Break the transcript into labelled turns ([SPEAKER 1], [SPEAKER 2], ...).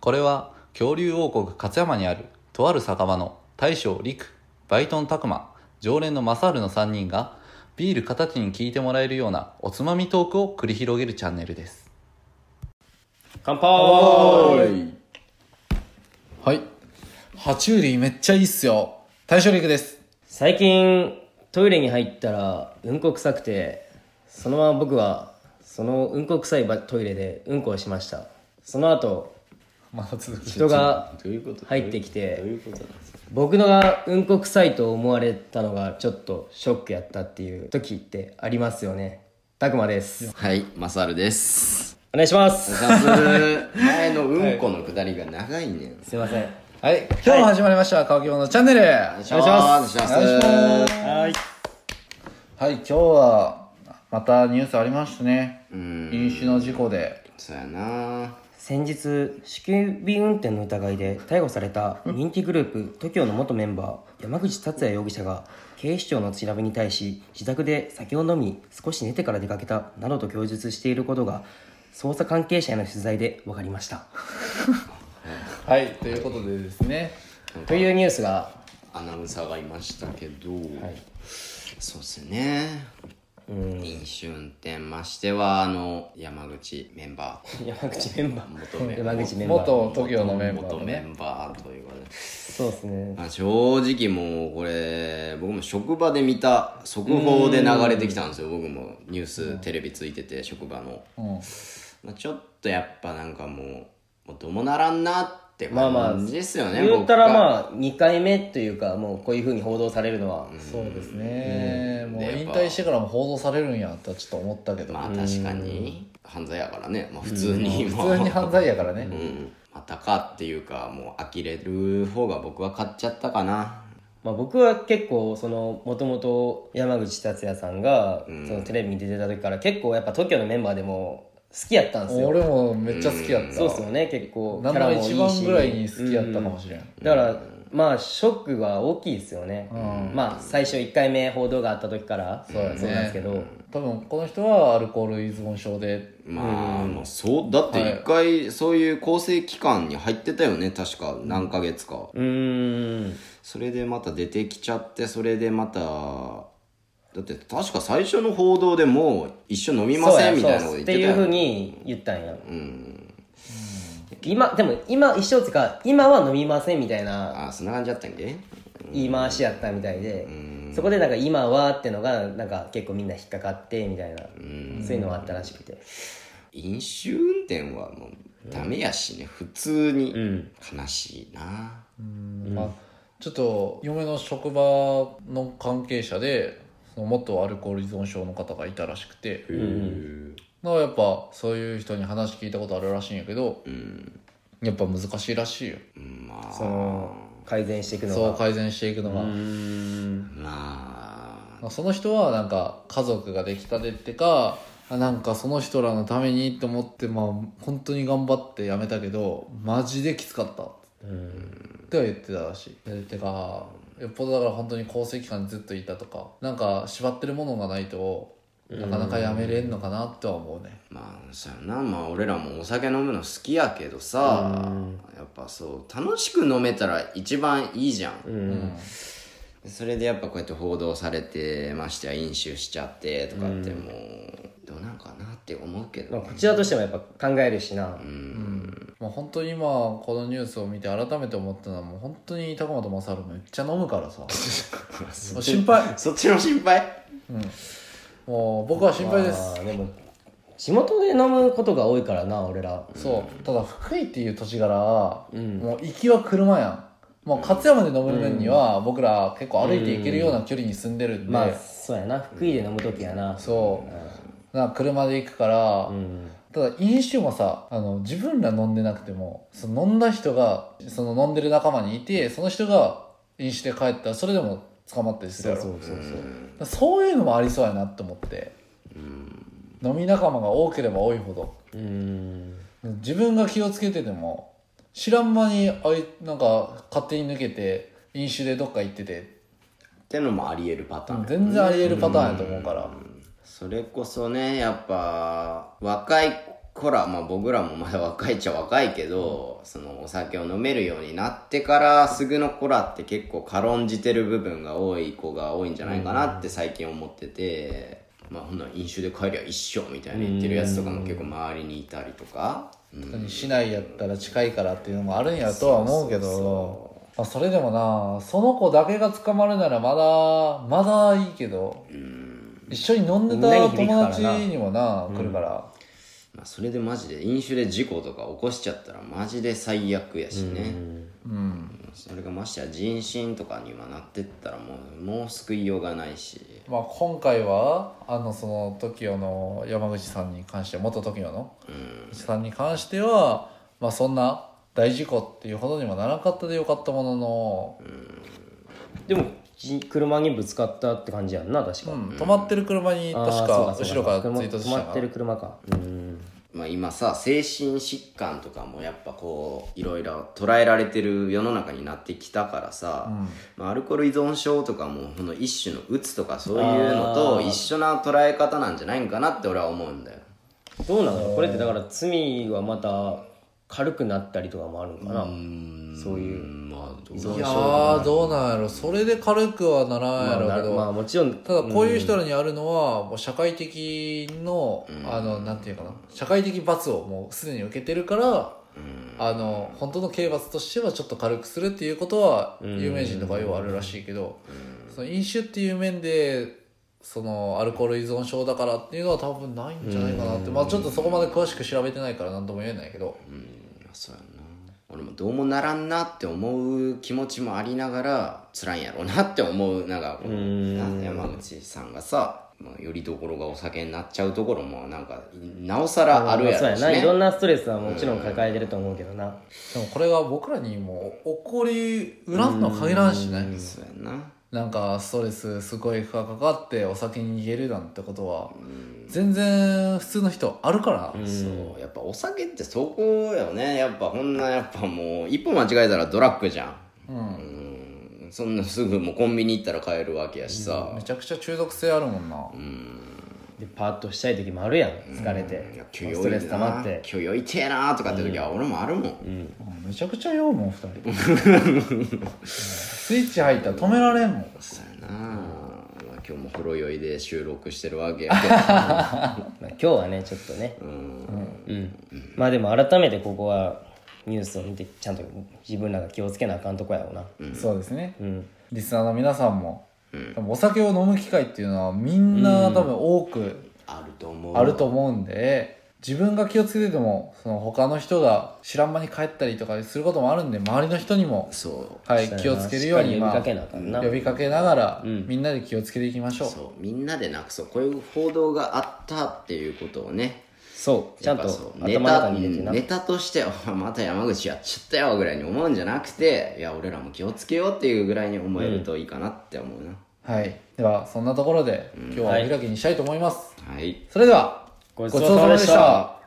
[SPEAKER 1] これは恐竜王国勝山にあるとある酒場の大将陸バイトン拓磨常連のマサールの3人がビール形に聞いてもらえるようなおつまみトークを繰り広げるチャンネルです
[SPEAKER 2] 乾
[SPEAKER 3] はい。はい。爬虫類めっちゃいいっすよ。大将陸です。
[SPEAKER 2] 最近トイレに入ったらうんこ臭くてそのまま僕はそのうんこ臭いばトイレでうんこをしましたその後
[SPEAKER 3] まだ続き。
[SPEAKER 2] 人が入ってきて僕のがうんこ臭いと思われたのがちょっとショックやったっていう時ってありますよねたくまです
[SPEAKER 4] はい、マサルです。
[SPEAKER 2] お願いします
[SPEAKER 4] さす前のうんこのくだりが長いねん。
[SPEAKER 2] すいません
[SPEAKER 3] はい。今日も始まりました、乾き物チャンネル。
[SPEAKER 4] お
[SPEAKER 3] は
[SPEAKER 4] 願いします。お願いします。
[SPEAKER 2] はい
[SPEAKER 3] い、今日は、またニュースありましたね。
[SPEAKER 4] うん
[SPEAKER 3] 飲酒の事故で。
[SPEAKER 4] そうやな
[SPEAKER 2] 先日酒気運転の疑いで逮捕された人気グループ TOKIO の元メンバー山口達也容疑者が警視庁の調べに対し自宅で酒を飲み少し寝てから出かけたなどと供述していることが捜査関係者への取材で分かりました
[SPEAKER 3] はい、ということでですね。
[SPEAKER 2] というニュースが
[SPEAKER 4] アナウンサーがいましたけど、そうっすね。飲酒運転ましてはあの山口メンバー
[SPEAKER 2] 山口メンバー
[SPEAKER 4] 元メンバ
[SPEAKER 2] 山
[SPEAKER 4] ー
[SPEAKER 2] 口メンバー
[SPEAKER 3] 元 TOKIO のメンバー
[SPEAKER 4] 元
[SPEAKER 3] の
[SPEAKER 4] メ
[SPEAKER 3] ね。
[SPEAKER 4] ンバーということで
[SPEAKER 2] そうですね
[SPEAKER 4] まあ、正直もうこれ僕も職場で見た速報で流れてきたんですよ僕もニューステレビついてて職場の、
[SPEAKER 3] うん。
[SPEAKER 4] まあ、ちょっとやっぱなんかもうもうどうもならんなって
[SPEAKER 2] まあまあ
[SPEAKER 4] 感じですよね、
[SPEAKER 2] 言ったら
[SPEAKER 4] 僕が
[SPEAKER 2] まあ2回目というかもうこういうふうに報道されるのは
[SPEAKER 3] そうですね。もう
[SPEAKER 4] で
[SPEAKER 3] 引退してからも報道されるんやとはちょっと思ったけど。
[SPEAKER 4] まあ確かに犯罪やからね、まあ、普通に、まあ
[SPEAKER 3] 普通に犯罪やからね。
[SPEAKER 4] うんまたかっていうかもう呆れる方が僕は買っちゃったかな
[SPEAKER 2] まあ、僕は結構そのもともと山口達也さんがそのテレビに出てた時から結構やっぱ TOKIO のメンバーでも好きやったんですよ
[SPEAKER 3] 俺もめっちゃ好きやった。
[SPEAKER 2] そうっすよね結構キ
[SPEAKER 3] なん
[SPEAKER 2] ャ
[SPEAKER 3] な
[SPEAKER 2] ラ
[SPEAKER 3] ら
[SPEAKER 2] もいいし
[SPEAKER 3] 一番ぐらいに好きやったかもしれん。
[SPEAKER 2] だからまあショックが大きいですよね、まあ最初1回目報道があった時からそう
[SPEAKER 3] だよね
[SPEAKER 2] なんですけど、
[SPEAKER 3] 多分この人はアルコール依存症で
[SPEAKER 4] まあ、もうそうだって一回そういう構成期間に入ってたよね確か何ヶ月か、
[SPEAKER 2] うーん
[SPEAKER 4] それでまた出てきちゃってそれでまただって確か最初の報道でもう一緒飲みませんみたいなこと
[SPEAKER 2] そう
[SPEAKER 4] 言
[SPEAKER 2] やそうっいうふう
[SPEAKER 4] っててたよ
[SPEAKER 2] に言ったんや、
[SPEAKER 4] うん
[SPEAKER 2] 今でも今一生つか今は飲みませんみたいな
[SPEAKER 4] あそんな感じだったんけ
[SPEAKER 2] 言い回しやったみたいで、そこでなんか「今は」ってのがなんか結構みんな引っかかってみたいな、そういうのがあったらしくて、
[SPEAKER 4] 飲酒運転はもうダメやしね普通に、
[SPEAKER 2] ん
[SPEAKER 4] 悲しいな
[SPEAKER 3] まあ、ちょっと嫁の職場の関係者でその元アルコール依存症の方がいたらしくてだからやっぱそういう人に話聞いたことあるらしいんやけど、やっぱ難しいらしいよ
[SPEAKER 4] うんま
[SPEAKER 2] その改善していくのが
[SPEAKER 3] そう改善していくのが、
[SPEAKER 4] あまあ
[SPEAKER 3] まあその人はなんか家族ができたでってかあなんかその人らのためにと思ってまあ本当に頑張ってやめたけどマジできつかったっては言ってたらしいてかよっぽどだから本当に構成期間にずっといたとかなんか縛ってるものがないとなかなかやめれんのかなとは思うね
[SPEAKER 4] まあそうやなまあ俺らもお酒飲むの好きやけどさやっぱそう楽しく飲めたら一番いいじゃん
[SPEAKER 3] うん
[SPEAKER 4] それでやっぱこうやって報道されてましてや飲酒しちゃってとかってもう、どうなんかなって思うけ
[SPEAKER 2] まあ
[SPEAKER 4] ど、
[SPEAKER 2] こちらとしてもやっぱ考えるしな、
[SPEAKER 3] まあ本当に今このニュースを見て改めて思ったのはもう本当に高本勝めっちゃ飲 むからさもう心配
[SPEAKER 4] そっちの心配
[SPEAKER 3] もう僕は心配です
[SPEAKER 2] まあでも地元で飲むことが多いからな俺ら
[SPEAKER 3] そうただ福井っていう土地柄は、もう行きは車やんもう勝山で飲む分には、僕ら結構歩いて行けるような距離に住んでるんで、
[SPEAKER 2] まあそうやな福井で飲む時やな、
[SPEAKER 3] そうなんか車で行くから、ただ飲酒もさあの自分ら飲んでなくてもその飲んだ人がその飲んでる仲間にいてその人が飲酒で帰ったらそれでも捕まったりするやろそうそうそういうのもありそうやなって思って、飲み仲間が多ければ多いほど
[SPEAKER 2] うん
[SPEAKER 3] 自分が気をつけてても知らん間にあいなんか勝手に抜けて飲酒でどっか行ってて
[SPEAKER 4] ってのもありえるパターン、
[SPEAKER 3] 全然ありえるパターンやと思うから
[SPEAKER 4] それこそねやっぱ若いこら、まあ僕らもまだ若いっちゃ若いけど、そのお酒を飲めるようになってからすぐの子らって結構軽んじてる部分が多い子が多いんじゃないかなって最近思ってて、まあほんなら飲酒で帰りゃ一緒みたいに言ってるやつとかも結構周りにいたりとか、うん
[SPEAKER 3] 特に市内やったら近いからっていうのもあるんやとは思うけどまあそれでもなその子だけが捕まるならまだまだいいけど一緒に飲んでた友達にもな来るから
[SPEAKER 4] まあそれでマジで飲酒で事故とか起こしちゃったらマジで最悪やしね、
[SPEAKER 3] うん
[SPEAKER 4] それがましてや人身とかにはなってったらもうもう救いようがないし
[SPEAKER 3] まあ今回はあのその TOKIO の山口さんに関して元 TOKIO のさんに関してはまあそんな大事故っていうほどにもならなかったでよかったものの
[SPEAKER 2] でもじ車にぶつかったって感じやんな確か、
[SPEAKER 3] うん、止まってる車に
[SPEAKER 2] あ
[SPEAKER 3] 確
[SPEAKER 2] ーそう
[SPEAKER 3] か
[SPEAKER 2] そう
[SPEAKER 3] 後ろからツイ
[SPEAKER 2] 車
[SPEAKER 3] ートし
[SPEAKER 2] 止
[SPEAKER 3] た
[SPEAKER 2] ま
[SPEAKER 3] な
[SPEAKER 2] ってる車かうん
[SPEAKER 4] まあ、今さ精神疾患とかもやっぱこういろいろ捉えられてる世の中になってきたからさ、まあ、アルコール依存症とかもこの一種のうつとかそういうのと一緒な捉え方なんじゃないんかなって俺は思うんだよ
[SPEAKER 2] どうなのこれってだから罪はまた軽くなったりとかもあるのかなそういう
[SPEAKER 4] まあど
[SPEAKER 3] いやーどうなんやろそれで軽くはならんやろ
[SPEAKER 2] まあ
[SPEAKER 3] うけど、
[SPEAKER 2] まあもちろん
[SPEAKER 3] ただこういう人らにあるのはもう社会的の、あのなんていうかな社会的罰をもうすでに受けてるから、あの本当の刑罰としてはちょっと軽くするっていうことは有名人とかようあるらしいけど、その飲酒っていう面でそのアルコール依存症だからっていうのは多分ないんじゃないかなって、まあちょっとそこまで詳しく調べてないから何とも言えないけど、
[SPEAKER 4] そうやな俺もどうもならんなって思う気持ちもありながら辛いんやろうなって思うなんかこのな山口さんがさ、まあ、よりどころがお酒になっちゃうところもなんかなおさらあるや
[SPEAKER 2] そう
[SPEAKER 4] ろ
[SPEAKER 2] や
[SPEAKER 4] し
[SPEAKER 2] な
[SPEAKER 4] ね
[SPEAKER 2] いろんなストレスはもちろん抱えてると思うけどな
[SPEAKER 3] でもこれが僕らにも起こりうらんのは限らんしね
[SPEAKER 4] そうやな
[SPEAKER 3] なんかストレスすごい負荷かかってお酒に逃げるなんてことは全然普通の人あるから
[SPEAKER 4] そうやっぱお酒ってそこよねやっぱこんなやっぱもう一歩間違えたらドラッグじゃんうんそんなすぐもうコンビニ行ったら買えるわけやしさ、
[SPEAKER 3] めちゃくちゃ中毒性あるもんな
[SPEAKER 2] でパーッとしたい時もあるやん疲れて
[SPEAKER 4] いや許
[SPEAKER 2] ス
[SPEAKER 4] 容
[SPEAKER 2] トレ
[SPEAKER 4] い
[SPEAKER 2] ス
[SPEAKER 4] て
[SPEAKER 2] 溜
[SPEAKER 4] な
[SPEAKER 2] まって
[SPEAKER 4] 許容いてえなとかって時は俺もあるもん、
[SPEAKER 3] うんめちゃくちゃ酔うもん二人うんスイッチ入ったら止められんもん
[SPEAKER 4] そうやな、まあ、今日もほろ酔いで収録してるわけや けど
[SPEAKER 2] まあ今日はねちょっとねうんまあでも改めてここはニュースを見てちゃんと自分らが気をつけなあかんとこやろうな
[SPEAKER 3] そうですね
[SPEAKER 2] うん
[SPEAKER 3] リスナーの皆さんも多分お酒を飲む機会っていうのはみんな多分多く
[SPEAKER 4] あると思う
[SPEAKER 3] あると思うんで自分が気をつけててもその他の人が知らん間に帰ったりとかすることもあるんで周りの人にも、
[SPEAKER 4] そ
[SPEAKER 3] はい、気をつけるように
[SPEAKER 2] しっ
[SPEAKER 3] ま
[SPEAKER 2] か
[SPEAKER 3] あ
[SPEAKER 2] り呼びかけなあかんな
[SPEAKER 3] 呼びかけながら、みんなで気をつけていきましょ
[SPEAKER 4] うそうみんなでなくそうこういう報道があったっていうことをね
[SPEAKER 2] そうちゃんと
[SPEAKER 4] やっぱそう
[SPEAKER 2] 頭
[SPEAKER 4] ネ
[SPEAKER 2] の
[SPEAKER 4] タ
[SPEAKER 2] 中に入れてな
[SPEAKER 4] ネタとして「お前また山口やっちゃったよ」ぐらいに思うんじゃなくていや俺らも気をつけようっていうぐらいに思えるといいかなって思うな、
[SPEAKER 3] う、はい、ではそんなところで今日はお開きにしたいと思います、
[SPEAKER 4] はい
[SPEAKER 3] それでは
[SPEAKER 2] ごちそうさまでした